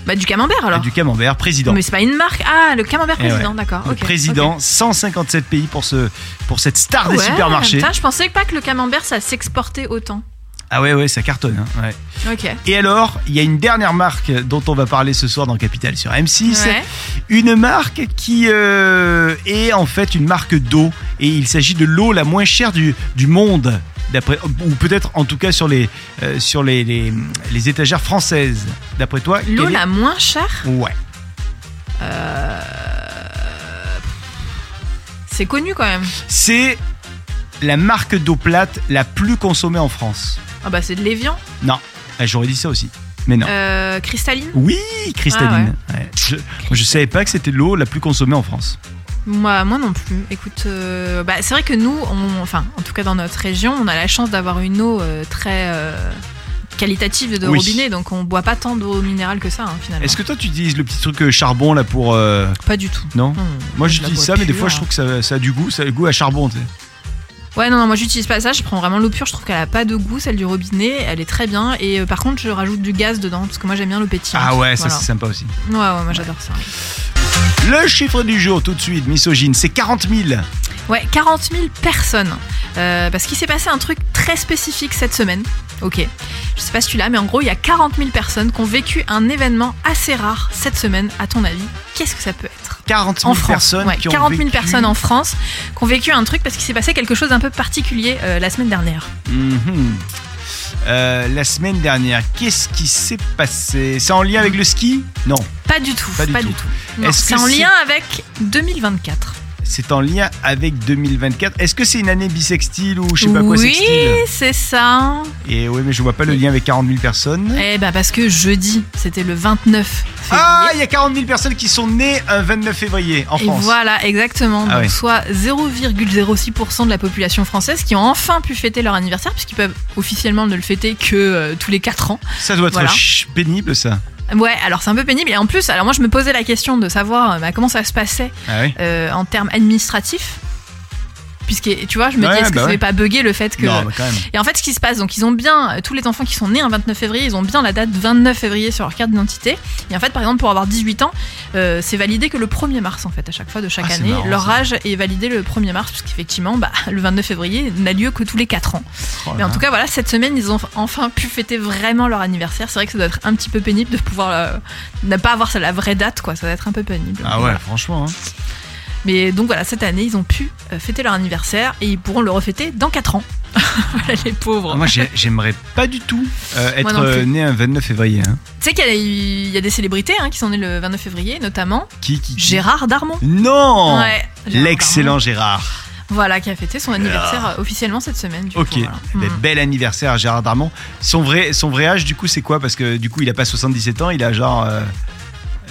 Speaker 3: Bah, du camembert alors.
Speaker 2: Du camembert, président.
Speaker 3: Mais c'est pas une marque. Ah, le camembert
Speaker 2: Eh ouais.
Speaker 3: président, d'accord.
Speaker 2: Le
Speaker 3: ok,
Speaker 2: président, 157 pays pour, ce, pour cette star
Speaker 3: ok.
Speaker 2: des
Speaker 3: Ouais,
Speaker 2: supermarchés.
Speaker 3: putain, je pensais pas que le camembert ça s'exportait autant.
Speaker 2: Ah ouais, ouais, ça cartonne. hein, ouais.
Speaker 3: Ok.
Speaker 2: Et alors, il y a une dernière marque dont on va parler ce soir dans Capital sur M6.
Speaker 3: Ouais.
Speaker 2: Une marque qui euh, est en fait une marque d'eau. Et il s'agit de l'eau la moins chère du, du monde. D'après, ou peut-être en tout cas sur les, euh, sur les, les, les étagères françaises. D'après toi,
Speaker 3: L'eau
Speaker 2: quelle est-
Speaker 3: la moins chère,
Speaker 2: Ouais.
Speaker 3: c'est connu quand même.
Speaker 2: C'est la marque d'eau plate la plus consommée en France.
Speaker 3: Ah bah c'est de l'évian.
Speaker 2: Non, Ah, j'aurais dit ça aussi. Mais non.
Speaker 3: Euh, cristalline
Speaker 2: Oui, cristalline.
Speaker 3: Ah
Speaker 2: Ouais. Je, je savais pas que c'était l'eau la plus consommée en France.
Speaker 3: Moi, moi non plus. Écoute, euh, bah, c'est vrai que nous, on- enfin, en tout cas dans notre région, on a la chance d'avoir une eau euh, très euh, qualitative de
Speaker 2: Oui.
Speaker 3: robinet, donc on boit pas tant d'eau minérale que ça hein, finalement.
Speaker 2: Est-ce que toi tu utilises le petit truc euh, charbon là pour euh,
Speaker 3: Pas du tout.
Speaker 2: non
Speaker 3: Non,
Speaker 2: Moi
Speaker 3: je la
Speaker 2: j'utilise ça
Speaker 3: bois
Speaker 2: mais des
Speaker 3: pure.
Speaker 2: fois je trouve que ça, ça a du goût, ça a le goût à charbon. tu sais.
Speaker 3: Ouais, non, non, moi j'utilise pas ça. Je prends vraiment l'eau pure. Je trouve qu'elle a pas de goût, celle du robinet. Elle est très bien. Et euh, par contre, je rajoute du gaz dedans parce que moi j'aime bien l'eau pétillante.
Speaker 2: Ah ouais, ça
Speaker 3: Voilà.
Speaker 2: c'est sympa aussi.
Speaker 3: Ouais, ouais, moi j'adore ça.
Speaker 2: Le chiffre du jour tout de suite, misogyne, c'est 40 000.
Speaker 3: Ouais, 40 000 personnes. Euh, parce qu'il s'est passé un truc très spécifique cette semaine. Ok. Je sais pas si tu l'as, mais en gros, il y a 40 000 personnes qui ont vécu un événement assez rare cette semaine. À ton avis, qu'est-ce que ça peut être
Speaker 2: 40 000
Speaker 3: en France,
Speaker 2: personnes
Speaker 3: ouais,
Speaker 2: qui ont
Speaker 3: 40 000
Speaker 2: vécu-
Speaker 3: personnes en France qui ont vécu un truc parce qu'il s'est passé quelque chose d'un peu particulier euh, la semaine dernière.
Speaker 2: Mhm. Euh, la semaine dernière, qu'est-ce qui s'est passé C'est en lien avec le ski Non,
Speaker 3: Pas du tout,
Speaker 2: pas du tout.
Speaker 3: Non,
Speaker 2: Est-ce
Speaker 3: C'est
Speaker 2: que
Speaker 3: en
Speaker 2: c'est-
Speaker 3: lien avec 2024.
Speaker 2: C'est en lien avec 2024. Est-ce que c'est une année bisextile ou je sais pas quoi
Speaker 3: oui,
Speaker 2: sextile
Speaker 3: c'est ça.
Speaker 2: Et oui, mais je vois pas le lien avec 40 000 personnes.
Speaker 3: Eh ben parce que jeudi, c'était le 29 février.
Speaker 2: Ah, il y a 40 000 personnes qui sont nées un 29 février en
Speaker 3: Et
Speaker 2: France.
Speaker 3: voilà, exactement.
Speaker 2: Ah
Speaker 3: Donc,
Speaker 2: ouais.
Speaker 3: soit 0,06% de la population française qui ont enfin pu fêter leur anniversaire, puisqu'ils peuvent officiellement ne le fêter que euh, tous les 4 ans.
Speaker 2: Ça doit être
Speaker 3: Voilà.
Speaker 2: ch- pénible, ça.
Speaker 3: Ouais, alors c'est un peu pénible. Et en plus, alors moi, je me posais la question de savoir euh, bah, comment ça se passait
Speaker 2: Ah ouais.
Speaker 3: euh, en termes administratifs. Puisque, tu vois, je me
Speaker 2: Ouais,
Speaker 3: dis, est-ce que
Speaker 2: bah
Speaker 3: ça
Speaker 2: ouais.
Speaker 3: n'est pas bugger le fait que.
Speaker 2: Non, mais quand même.
Speaker 3: Et en fait, ce qui se passe, donc ils ont bien, euh, tous les enfants qui sont nés un 29 février, ils ont bien la date 29 février sur leur carte d'identité. Et en fait, par exemple, pour avoir 18 ans, euh, c'est validé que le 1er mars, en fait, à chaque fois de chaque
Speaker 2: Ah, c'est
Speaker 3: année.
Speaker 2: marrant,
Speaker 3: leur
Speaker 2: ça.
Speaker 3: âge est validé le 1er mars, puisqu'effectivement, bah, le 29 février n'a lieu que tous les 4 ans.
Speaker 2: Oh là
Speaker 3: Mais en
Speaker 2: là.
Speaker 3: tout cas, voilà, cette semaine, ils ont enfin pu fêter vraiment leur anniversaire. C'est vrai que ça doit être un petit peu pénible de pouvoir euh, ne pas avoir la vraie date, quoi. Ça doit être un peu pénible.
Speaker 2: Ah ouais, franchement. hein.
Speaker 3: Mais donc voilà, cette année, ils ont pu euh, fêter leur anniversaire et ils pourront le refêter dans 4 ans. voilà, les pauvres.
Speaker 2: Moi, j'ai- j'aimerais pas du tout euh,
Speaker 3: Moi
Speaker 2: être
Speaker 3: non plus.
Speaker 2: euh, né un 29 février. hein.
Speaker 3: Tu sais qu'il y a- il y, a des célébrités hein, qui sont nées le 29 février, notamment
Speaker 2: Qui, qui, qui
Speaker 3: Gérard Darmon.
Speaker 2: Non
Speaker 3: Ouais, Gérard
Speaker 2: Oh, L'excellent Gérard.
Speaker 3: Darmon. Voilà, qui a fêté son anniversaire euh, officiellement cette semaine. du
Speaker 2: Ok.
Speaker 3: coup, voilà.
Speaker 2: Eh ben,
Speaker 3: Mm.
Speaker 2: Bel anniversaire à Gérard Darmon. Son vrai, son vrai âge, du coup, c'est quoi Parce que du coup, il a pas 77 ans, il a genre. euh,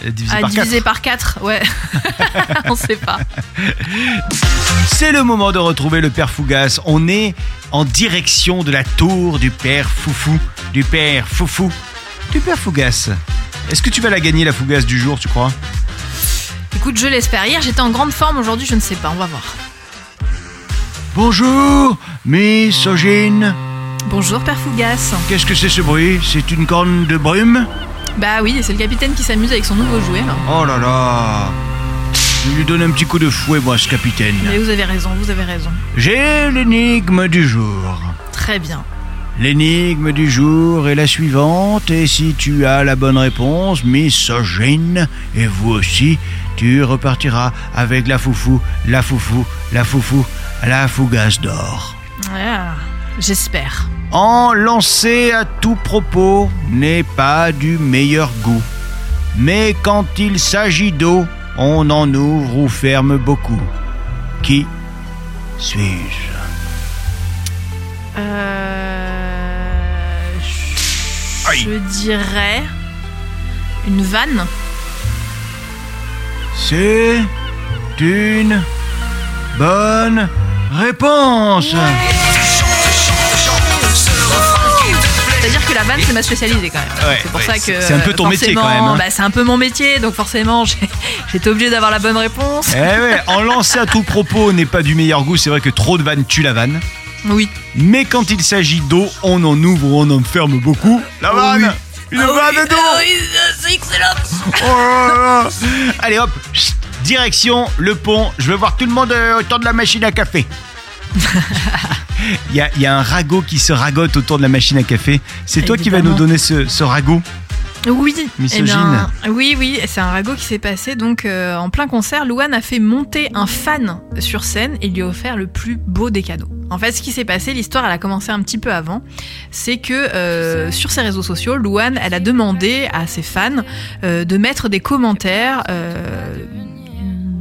Speaker 2: euh, divisé
Speaker 3: Ah,
Speaker 2: par 4.
Speaker 3: divisé par 4, ouais. On sait pas.
Speaker 2: C'est le moment de retrouver le père Fougas. On est en direction de la tour du père Foufou. Du père Foufou. Du père Fougas. Est-ce que tu vas la gagner, la Fougas du jour, tu crois
Speaker 3: Écoute, je l'espère. Hier, j'étais en grande forme. Aujourd'hui, je ne sais pas. On va voir.
Speaker 2: Bonjour, misogyne.
Speaker 3: Bonjour, Père Fougas.
Speaker 2: Qu'est-ce que c'est ce bruit C'est une corne de brume
Speaker 3: Bah oui, c'est le capitaine qui s'amuse avec son nouveau jouet. là.
Speaker 2: Oh là là Je lui donne un petit coup de fouet, moi, ce capitaine.
Speaker 3: Mais vous avez raison, vous avez raison.
Speaker 2: J'ai l'énigme du jour.
Speaker 3: Très bien.
Speaker 2: L'énigme du jour est la suivante, et si tu as la bonne réponse, misogyne, et vous aussi, tu repartiras avec la foufou, la foufou, la foufou, la fougasse d'or.
Speaker 3: Ah, J'espère.
Speaker 2: En lancer à tout propos n'est pas du meilleur goût. Mais quand il s'agit d'eau, on en ouvre ou ferme beaucoup. Qui suis-je
Speaker 3: Euh, je-
Speaker 2: Aïe.
Speaker 3: Je dirais une vanne.
Speaker 2: C'est une bonne réponse.
Speaker 3: C'est-à-dire que la vanne, c'est ma spécialité quand même.
Speaker 2: Ouais,
Speaker 3: c'est pour
Speaker 2: ouais,
Speaker 3: ça
Speaker 2: c'est-
Speaker 3: que.
Speaker 2: c'est un peu ton métier, quand même, hein.
Speaker 3: forcément, bah, c'est un peu mon métier, donc forcément, j'ai- j'étais obligée d'avoir la bonne réponse.
Speaker 2: Eh ouais, en lancer à tout propos n'est pas du meilleur goût. C'est vrai que trop de vannes tue la vanne.
Speaker 3: Oui.
Speaker 2: Mais quand il s'agit d'eau, on en ouvre ou on en ferme beaucoup. La
Speaker 3: Oh
Speaker 2: vanne Une
Speaker 3: Ah oui,
Speaker 2: vanne d'eau
Speaker 3: ah oui, c'est excellent.
Speaker 2: Oh là là. Allez hop, chut, direction le pont. Je veux voir tout le monde euh, autour de la machine à café. Il y, a- il y a un ragot qui se ragote autour de la machine à café. C'est toi qui vas
Speaker 3: Évidemment.
Speaker 2: nous donner ce, ce ragot.
Speaker 3: Oui, eh
Speaker 2: Misogyne.
Speaker 3: bien, oui, oui, c'est un ragot qui s'est passé. Donc, euh, en plein concert, Louane a fait monter un fan sur scène et lui a offert le plus beau des cadeaux. En fait, ce qui s'est passé, l'histoire, elle a commencé un petit peu avant. C'est que euh, sur ses réseaux sociaux, Louane, elle a demandé à ses fans euh, de mettre des commentaires. euh,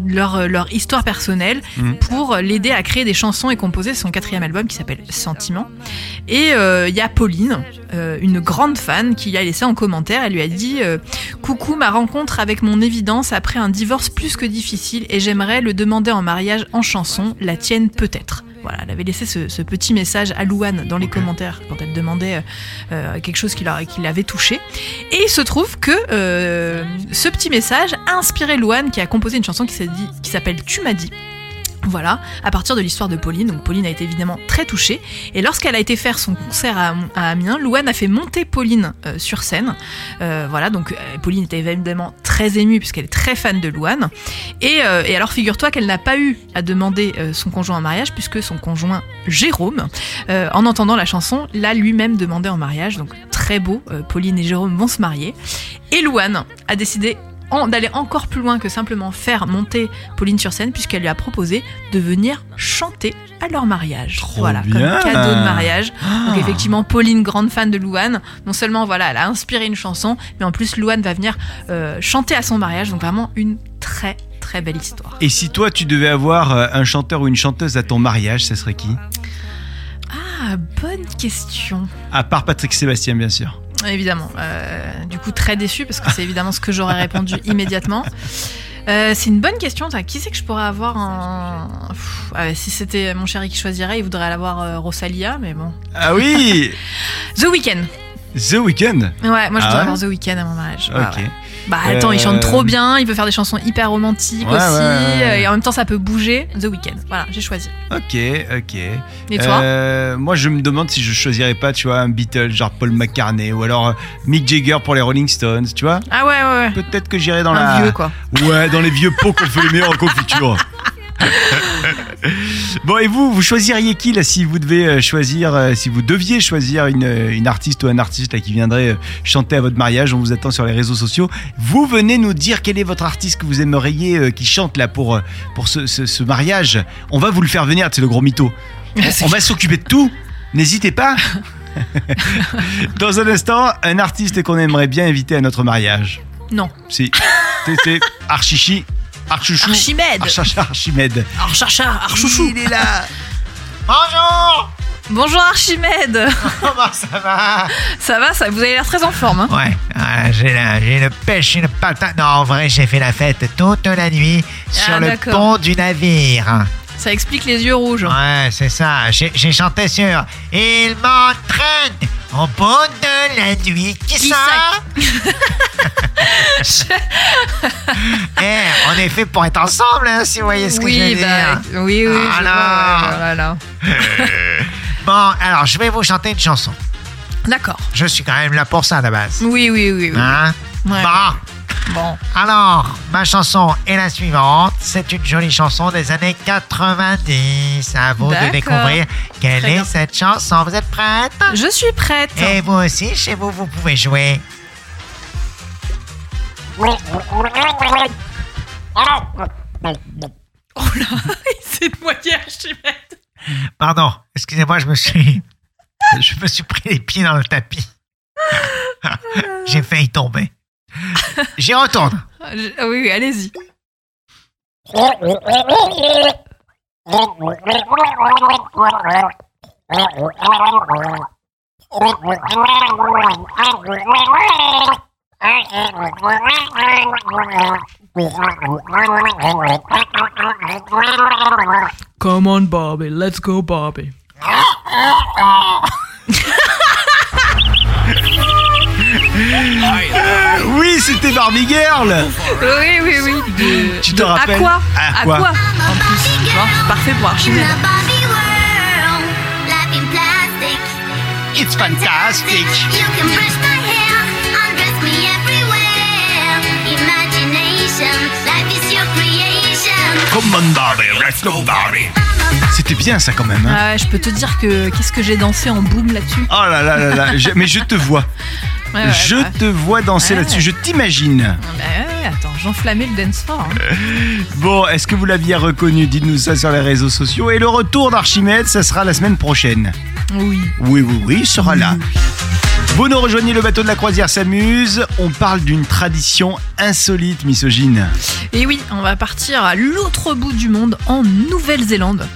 Speaker 3: leur, leur histoire personnelle
Speaker 2: Mhm.
Speaker 3: pour l'aider à créer des chansons et composer son quatrième album qui s'appelle Sentiment. Et euh, il y a Pauline, euh, une grande fan qui a laissé en commentaire, elle lui a dit euh, Coucou, ma rencontre avec mon évidence après un divorce plus que difficile et j'aimerais le demander en mariage en chanson, la tienne peut-être. Voilà, elle avait laissé ce, ce petit message à Louane dans les commentaires quand elle demandait euh, euh, quelque chose qui, l'a- qui l'avait touché. Et il se trouve que euh, ce petit message a inspiré Louane qui a composé une chanson qui, s'est dit- qui s'appelle Tu m'as dit. Voilà, à partir de l'histoire de Pauline. Donc Pauline a été évidemment très touchée. Et lorsqu'elle a été faire son concert à, Am- à Amiens, Louane a fait monter Pauline euh, sur scène. Euh, voilà, donc euh, Pauline était évidemment très émue puisqu'elle est très fan de Louane. Et, euh, et alors figure-toi qu'elle n'a pas eu à demander euh, son conjoint en mariage puisque son conjoint Jérôme, euh, en entendant la chanson, l'a lui-même demandé en mariage. Donc très beau, euh, Pauline et Jérôme vont se marier. Et Louane a décidé en- d'aller encore plus loin que simplement faire monter Pauline sur scène puisqu'elle lui a proposé de venir chanter à leur mariage.
Speaker 2: Trop
Speaker 3: voilà,
Speaker 2: bien.
Speaker 3: comme cadeau de mariage. Donc
Speaker 2: Ah.
Speaker 3: effectivement, Pauline, grande fan de Louane, non seulement voilà, elle a inspiré une chanson, mais en plus Louane va venir euh, chanter à son mariage. Donc vraiment une très très belle histoire.
Speaker 2: Et si toi tu devais avoir euh, un chanteur ou une chanteuse à ton mariage, ce serait qui
Speaker 3: Ah, bonne question.
Speaker 2: À part Patrick Sébastien, bien sûr.
Speaker 3: Évidemment. euh, du coup, très déçue parce que c'est évidemment ce que j'aurais répondu immédiatement. Euh, c'est une bonne question. ça. Qui c'est que je pourrais avoir un... Pff, ah ouais, si c'était mon chéri qui choisirait, il voudrait l'avoir euh, Rosalia, mais bon.
Speaker 2: Ah oui
Speaker 3: The Weeknd.
Speaker 2: The Weeknd
Speaker 3: Ouais, moi je
Speaker 2: Ah
Speaker 3: dois
Speaker 2: ouais
Speaker 3: avoir The Weeknd à mon mariage. Ouais,
Speaker 2: Ok.
Speaker 3: ouais. Bah attends, il
Speaker 2: Euh,
Speaker 3: chante trop bien, il peut faire des chansons hyper romantiques
Speaker 2: Ouais,
Speaker 3: aussi,
Speaker 2: ouais, ouais, ouais.
Speaker 3: et en même temps ça peut bouger. The Weeknd, voilà, j'ai choisi.
Speaker 2: Ok, ok.
Speaker 3: Et toi
Speaker 2: Euh, Moi, je me demande si je choisirais pas, tu vois, un Beatle, genre Paul McCartney, ou alors euh, Mick Jagger pour les Rolling Stones, tu vois.
Speaker 3: Ah ouais, ouais, ouais.
Speaker 2: Peut-être que j'irai dans
Speaker 3: Un
Speaker 2: la.
Speaker 3: vieux quoi.
Speaker 2: Ouais, dans les vieux pots qu'on fait les meilleurs en confiture. bon, et vous, vous choisiriez qui là si vous devez euh, choisir, euh, si vous deviez choisir une, euh, une artiste ou un artiste là, qui viendrait euh, chanter à votre mariage On vous attend sur les réseaux sociaux. Vous venez nous dire quel est votre artiste que vous aimeriez euh, qui chante là pour, euh, pour ce, ce- ce mariage. On va vous le faire venir, c'est le gros mytho.
Speaker 3: Ah,
Speaker 2: On va s'occuper de tout. N'hésitez pas. Dans un instant, un artiste qu'on aimerait bien inviter à notre mariage.
Speaker 3: Non.
Speaker 2: Si. C'était Archichi. Archouchou.
Speaker 3: Archimède
Speaker 2: Archacha, Archimède.
Speaker 3: Archacha Archouchou
Speaker 2: Il est là. Bonjour.
Speaker 3: Bonjour Archimède
Speaker 2: Comment ça va
Speaker 3: Ça va, ça, vous avez l'air très en forme. Hein
Speaker 1: Ouais, voilà, j'ai la- j'ai le pêche, une patate. Non, en vrai, j'ai fait la fête toute la nuit sur
Speaker 3: Ah,
Speaker 1: le
Speaker 3: d'accord.
Speaker 1: pont du navire.
Speaker 3: ça
Speaker 2: Ah,
Speaker 3: explique les yeux rouges.
Speaker 1: Ouais, c'est ça. J'ai j'ai chanté sur Il m'entraîne, Au bout de la nuit qui,
Speaker 3: Qui
Speaker 1: sort. Eh, on est fait pour être ensemble, hein, si vous voyez ce que je veux
Speaker 3: oui, bah,
Speaker 1: dire.
Speaker 3: oui, oui, je
Speaker 1: Ah
Speaker 3: vois,
Speaker 1: là.
Speaker 3: ouais, voilà, là.
Speaker 1: Bon, alors je vais vous chanter une chanson.
Speaker 3: D'accord.
Speaker 1: Je suis quand même là pour ça à la base.
Speaker 3: Oui, oui, oui. oui.
Speaker 2: Ah.
Speaker 1: Hein
Speaker 3: Ouais.
Speaker 1: Bon,
Speaker 3: Bon.
Speaker 1: alors ma chanson est la suivante. C'est une jolie chanson des années 90. À vous de
Speaker 3: D'accord.
Speaker 1: découvrir quelle
Speaker 3: Très
Speaker 1: est
Speaker 3: bien.
Speaker 1: cette chanson. Vous êtes prête
Speaker 3: Je suis prête.
Speaker 2: Eh.
Speaker 1: Et vous aussi, chez vous, vous pouvez jouer.
Speaker 3: Oh là, c'est de moitié Archimède.
Speaker 1: Pardon, excusez-moi, je me suis. Je me suis pris les pieds dans le tapis. J'ai failli tomber. J'y retourne.
Speaker 3: Ah, je- ah Oui, oui, allez-y.
Speaker 4: Thank
Speaker 5: Come on, Bobby. Let's go, Bobby.
Speaker 2: Oui, c'était Barbie Girl
Speaker 3: Oui, oui, oui. De,
Speaker 2: Tu te
Speaker 3: de
Speaker 2: rappelles
Speaker 3: À quoi
Speaker 2: À quoi
Speaker 3: En plus, tu vois, c'est parfait pour Archimède.
Speaker 2: It's fantastic
Speaker 6: You can brush my hair, undress me everywhere. Imagination, life is your creation.
Speaker 2: Come on Barbie, let's go Barbie C'était bien ça quand même. hein.
Speaker 3: Ah ouais, je peux te dire que qu'est-ce que j'ai dansé en boom là-dessus.
Speaker 2: Oh là là là là, je- mais je te vois.
Speaker 3: Ouais, ouais,
Speaker 2: je
Speaker 3: bah,
Speaker 2: te vois danser
Speaker 3: Ouais.
Speaker 2: là-dessus, je t'imagine.
Speaker 3: bah, ouais, ouais, attends, j'enflammais le dance floor. hein.
Speaker 2: Bon, est-ce que vous l'aviez reconnu Dites-nous ça sur les réseaux sociaux. Et le retour d'Archimède, ça sera la semaine prochaine.
Speaker 3: Oui.
Speaker 2: Oui, oui, oui, il sera là.
Speaker 3: Mm.
Speaker 2: Vous nous rejoignez, le bateau de la croisière s'amuse. On parle d'une tradition insolite, misogyne.
Speaker 3: Et oui, on va partir à l'autre bout du monde, en Nouvelle-Zélande,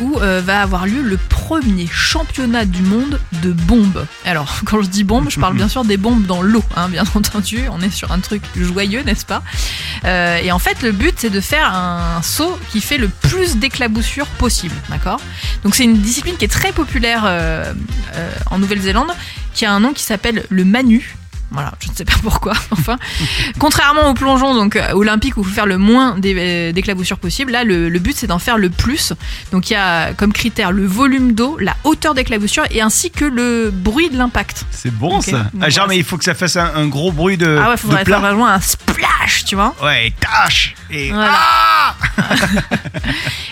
Speaker 3: où euh, va avoir lieu le premier championnat du monde de bombes. Alors, quand je dis bombes, je parle bien sûr des bombes dans l'eau, hein, bien entendu. On est sur un truc joyeux, n'est-ce pas Euh, Et en fait, le but, c'est de faire un saut qui fait le plus d'éclaboussures possible, d'accord Donc, c'est une discipline qui est très populaire euh, euh, en Nouvelle-Zélande, qui a un nom qui s'appelle le manu. Voilà, je ne sais pas pourquoi, enfin. Contrairement au plongeon donc euh, olympique où il faut faire le moins d'é- euh, d'éclaboussures possible, là le, le but c'est d'en faire le plus. Donc il y a comme critère le volume d'eau, la hauteur d'éclaboussure et ainsi que le bruit de l'impact.
Speaker 2: C'est bon
Speaker 3: Ok.
Speaker 2: ça.
Speaker 3: Bon,
Speaker 2: Ah, genre,
Speaker 3: voilà.
Speaker 2: mais il faut que ça fasse un, un gros bruit de,
Speaker 3: ah ouais,
Speaker 2: Euh, de
Speaker 3: faudrait
Speaker 2: plat.
Speaker 3: faire vraiment un splash, tu vois.
Speaker 2: Ouais, tâche. Et ah
Speaker 3: Voilà.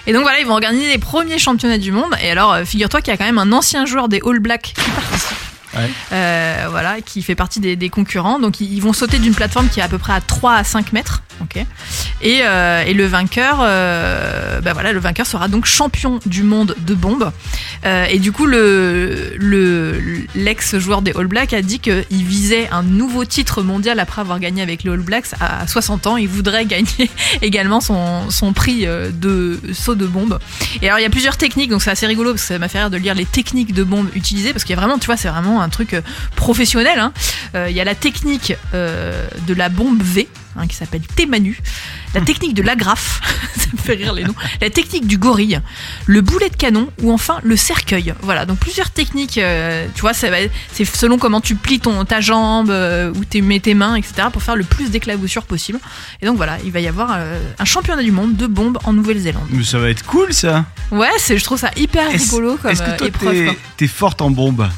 Speaker 3: et donc voilà, ils vont organiser les premiers championnats du monde. Et alors, euh, figure-toi qu'il y a quand même un ancien joueur des All Blacks qui participe.
Speaker 2: Ouais.
Speaker 3: Euh, voilà, qui fait partie des, des concurrents. Donc ils ils vont sauter d'une plateforme qui est à peu près à 3 à 5 mètres. ok et, euh, et le vainqueur, euh, bah voilà, le vainqueur sera donc champion du monde de bombe. Euh, et du coup, le le- l'ex-joueur des All Blacks a dit qu'il visait un nouveau titre mondial après avoir gagné avec les All Blacks à 60 ans. Il voudrait gagner également son, son prix euh, de saut de bombe. Et alors, il y a plusieurs techniques, donc c'est assez rigolo parce que ça m'a fait rire de lire les techniques de bombe utilisées parce qu'il y a vraiment, tu vois, c'est vraiment un truc euh, professionnel. hein. Euh, il y a la technique euh, de la bombe V hein, qui s'appelle Témanu, la technique de l'agrafe, ça me fait rire les noms, la technique du gorille, le boulet de canon ou enfin le cercueil. Voilà, donc plusieurs techniques, euh, tu vois, ça va- c'est selon comment tu plies ton, ta jambe euh, ou tes, mets tes mains, etc., pour faire le plus d'éclaboussures possible. Et donc voilà, il va y avoir euh, un championnat du monde de bombes en Nouvelle-Zélande.
Speaker 2: Mais ça va être cool ça.
Speaker 3: Ouais, c'est- je trouve ça hyper
Speaker 2: Est-ce-
Speaker 3: rigolo comme
Speaker 2: Est-ce que
Speaker 3: euh,
Speaker 2: toi,
Speaker 3: épreuve. quoi.
Speaker 2: t'es- t'es forte en bombe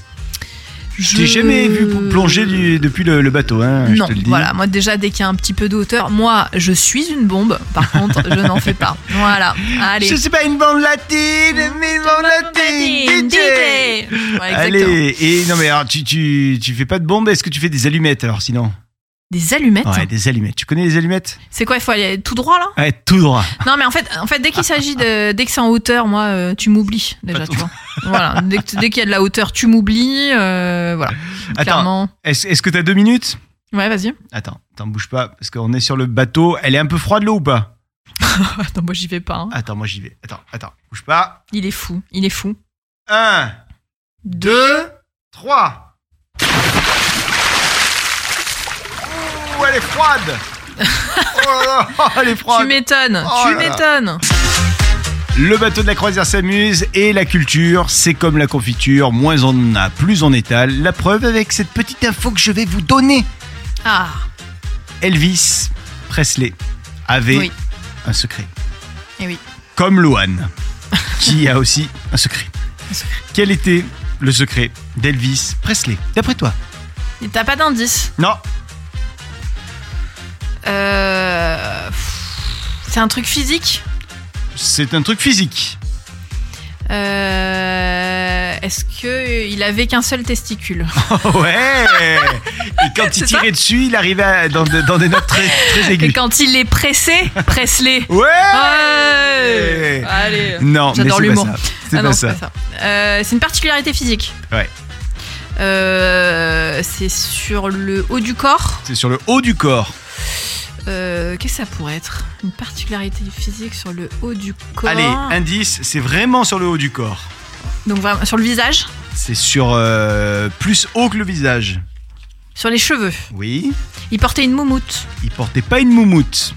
Speaker 2: Je
Speaker 3: Je-
Speaker 2: t'ai jamais vu plonger du- depuis le, le bateau, hein,
Speaker 3: non,
Speaker 2: je te le dis.
Speaker 3: voilà, moi déjà dès qu'il y a un petit peu de hauteur, moi je suis une bombe, par contre je n'en fais pas. Voilà, allez.
Speaker 2: Je suis pas une bande latine, mais une bande latine, DJ.
Speaker 3: Ouais, exactement.
Speaker 2: Allez, et non mais alors tu, tu, tu fais pas de bombe, est-ce que tu fais des allumettes alors sinon
Speaker 3: Des allumettes
Speaker 2: Ouais, des allumettes. Tu connais les allumettes
Speaker 3: C'est quoi Il faut aller tout droit là
Speaker 2: Ouais, tout droit.
Speaker 3: Non, mais en fait, en fait dès qu'il s'agit de. Dès que c'est en hauteur, moi, euh, tu m'oublies déjà, tu vois. Voilà, dès, que- dès qu'il y a de la hauteur, tu m'oublies. euh, voilà,
Speaker 2: Attends,
Speaker 3: clairement.
Speaker 2: est-ce est-ce que t'as deux minutes
Speaker 3: Ouais, vas-y.
Speaker 2: Attends, attends, bouge pas, parce qu'on est sur le bateau. Elle est un peu froide l'eau ou pas
Speaker 3: Attends, moi j'y vais pas. hein.
Speaker 2: Attends, moi j'y vais. Attends, attends, bouge pas.
Speaker 3: Il est fou, il est fou.
Speaker 2: Un, deux, trois. Ouh, elle est froide. Oh là là, elle est
Speaker 3: Tu
Speaker 2: froide.
Speaker 3: m'étonnes,
Speaker 2: Oh
Speaker 3: tu
Speaker 2: là là.
Speaker 3: m'étonnes.
Speaker 2: Le bateau de la croisière s'amuse et la culture, c'est comme la confiture, moins on en a, plus on étale. La preuve avec cette petite info que je vais vous donner.
Speaker 3: Ah,
Speaker 2: Elvis Presley avait
Speaker 3: oui.
Speaker 2: un secret.
Speaker 3: Et Eh oui.
Speaker 2: Comme Loane, qui a aussi un secret. Quel était le secret d'Elvis Presley D'après toi
Speaker 3: Et T'as pas d'indice.
Speaker 2: Non,
Speaker 3: Euh, pff, C'est un truc physique.
Speaker 2: c'est un truc physique.
Speaker 3: Euh, Est-ce que il avait qu'un seul testicule
Speaker 2: ouais Et quand il
Speaker 3: C'est ça
Speaker 2: tirait dessus, il arrivait à- dans, de- dans des notes très, très
Speaker 3: Et
Speaker 2: aiguës.
Speaker 3: quand il est pressé, presse-les.
Speaker 2: Ouais
Speaker 3: Ouais Allez.
Speaker 2: Non, mais
Speaker 3: J'adore
Speaker 2: c'est pas
Speaker 3: l'humour.
Speaker 2: ça. C'est
Speaker 3: Ah
Speaker 2: pas
Speaker 3: non,
Speaker 2: ça.
Speaker 3: Euh, c'est une particularité physique.
Speaker 2: Ouais.
Speaker 3: Euh, c'est sur le haut du corps.
Speaker 2: C'est sur le haut du corps.
Speaker 3: Euh, Qu'est-ce que ça pourrait être Une particularité physique sur le haut du corps.
Speaker 2: Allez, indice, c'est vraiment sur le haut du corps.
Speaker 3: Donc vraiment, sur le visage,
Speaker 2: C'est sur euh, plus haut que le visage.
Speaker 3: sur les cheveux.
Speaker 2: Oui.
Speaker 3: Il portait une moumoute.
Speaker 2: Il portait pas une moumoute.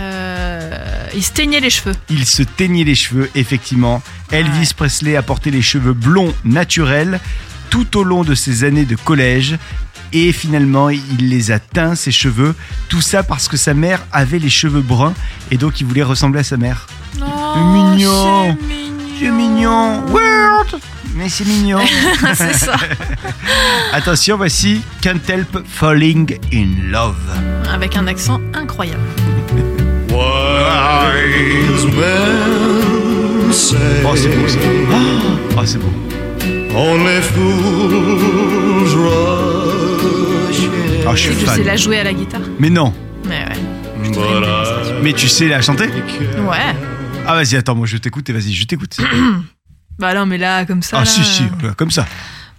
Speaker 3: Euh, il se teignait les cheveux.
Speaker 2: Il se teignait les cheveux, effectivement. Elvis Presley a porté les cheveux blonds naturels tout au long de ses années de collège. Et finalement, il les a teints, ses cheveux. Tout ça parce que sa mère avait les cheveux bruns. Et donc, il voulait ressembler à sa mère.
Speaker 3: Oh,
Speaker 2: mignon.
Speaker 3: c'est mignon.
Speaker 2: C'est mignon. Weird. Mais c'est mignon.
Speaker 3: c'est ça.
Speaker 2: Attention, voici Can't Help Falling in Love.
Speaker 3: Avec un accent incroyable.
Speaker 4: Wise men say
Speaker 2: Oh, c'est beau ça. Oh, c'est beau.
Speaker 4: only fools rush in.
Speaker 2: Ah, je
Speaker 3: Tu
Speaker 2: suis
Speaker 3: sais que je sais
Speaker 2: fan.
Speaker 3: la jouer à la guitare.
Speaker 2: Mais non.
Speaker 3: Mais ouais.
Speaker 4: But I
Speaker 2: Mais tu sais la chanter
Speaker 4: care.
Speaker 3: Ouais.
Speaker 2: Ah, vas-y, attends, moi je t'écoute et vas-y, je t'écoute.
Speaker 3: Bah non, mais là, comme ça.
Speaker 2: Ah,
Speaker 3: là,
Speaker 2: si, si, comme ça.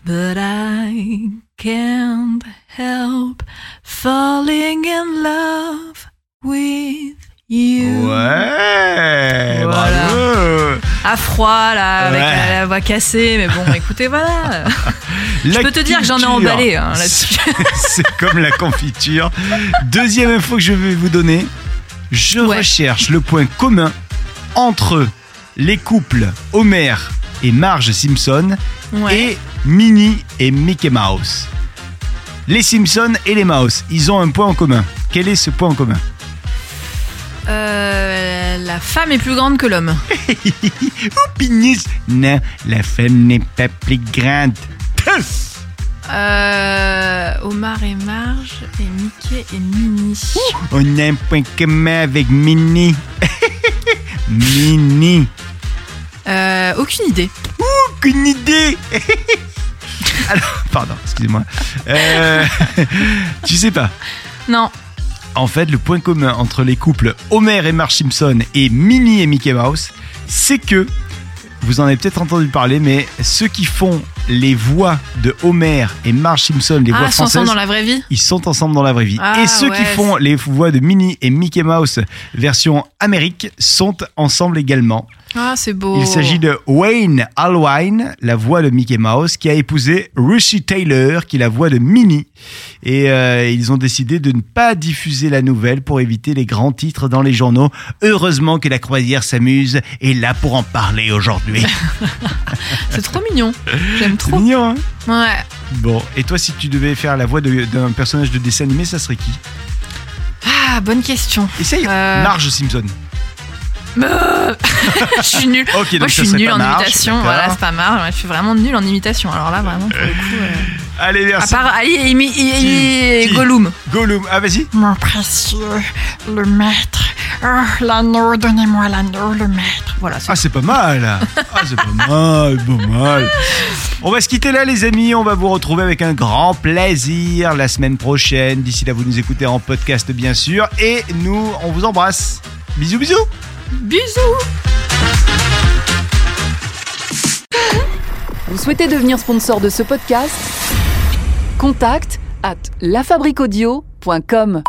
Speaker 3: But I can't help falling in love with you.
Speaker 2: Ouais,
Speaker 3: Voilà.
Speaker 2: bravo.
Speaker 3: À froid, là, avec
Speaker 2: Ouais.
Speaker 3: la, la voix cassée, mais bon, écoutez, voilà.
Speaker 2: La
Speaker 3: Je peux te dire que j'en ai
Speaker 2: culture,
Speaker 3: emballé hein, là-dessus.
Speaker 2: C'est comme la confiture. Deuxième info que je vais vous donner. Je
Speaker 3: Ouais.
Speaker 2: recherche le point commun entre les couples Homer et Marge Simpson
Speaker 3: Ouais.
Speaker 2: et Minnie et Mickey Mouse. Les Simpsons et les Mouse, ils ont un point en commun. Quel est ce point en commun
Speaker 3: Euh, la femme est plus grande que l'homme.
Speaker 2: Pinis Non, la femme n'est pas plus grande.
Speaker 3: Euh, Omar et Marge, et Mickey et Minnie.
Speaker 2: On a un point commun avec Minnie. Minnie.
Speaker 3: Euh, aucune idée.
Speaker 2: Aucune idée Alors, pardon, excusez-moi. Euh, tu sais pas.
Speaker 3: Non.
Speaker 2: En fait, le point commun entre les couples Homer et Marge Simpson et Minnie et Mickey Mouse, c'est que, vous en avez peut-être entendu parler, mais ceux qui font les voix de Homer et Marge Simpson, les voix
Speaker 3: ah, sans
Speaker 2: françaises,
Speaker 3: dans la vraie vie
Speaker 2: ils sont ensemble dans la vraie vie.
Speaker 3: Ah,
Speaker 2: et ceux qui
Speaker 3: ouais.
Speaker 2: font les voix de Minnie et Mickey Mouse version Amérique sont ensemble également.
Speaker 3: Ah, c'est beau.
Speaker 2: Il s'agit de Wayne Alwine, la voix de Mickey Mouse, qui a épousé Rushy Taylor, qui est la voix de Minnie. Et euh, ils ont décidé de ne pas diffuser la nouvelle pour éviter les grands titres dans les journaux. Heureusement que la croisière s'amuse et est là pour en parler aujourd'hui.
Speaker 3: C'est trop mignon. J'aime
Speaker 2: C'est
Speaker 3: trop.
Speaker 2: mignon, hein
Speaker 3: Ouais.
Speaker 2: Bon, et toi, si tu devais faire la voix de- d'un personnage de dessin animé, ça serait qui
Speaker 3: Ah, bonne question.
Speaker 2: Essaye
Speaker 3: Euh,
Speaker 2: Marge Simpson.
Speaker 3: Je suis nulle.
Speaker 2: Ok, donc
Speaker 3: Moi, je
Speaker 2: ça
Speaker 3: suis
Speaker 2: serait
Speaker 3: nulle
Speaker 2: pas
Speaker 3: en
Speaker 2: Marge,
Speaker 3: imitation.
Speaker 2: d'accord.
Speaker 3: Voilà, c'est pas marre. Ouais, Je suis vraiment nulle en imitation. Alors là, vraiment, pour le coup. euh,
Speaker 2: Allez,
Speaker 3: À
Speaker 2: merci.
Speaker 3: part ah, Ali et, Imi- et- et-
Speaker 2: Qui- qui
Speaker 3: Gollum.
Speaker 2: Gollum, ah vas-y.
Speaker 7: Mon précieux, le maître. Ah, l'anneau, donnez-moi l'anneau, le maître.
Speaker 3: Voilà, c'est
Speaker 2: Ah c'est pas mal. Ah c'est pas mal, pas mal. On va se quitter là les amis, on va vous retrouver avec un grand plaisir la semaine prochaine. D'ici là vous nous écoutez en podcast bien sûr et nous on vous embrasse. Bisous bisous.
Speaker 3: bisous.
Speaker 8: Vous souhaitez devenir sponsor de ce podcast Contact à lafabriquaudio.com.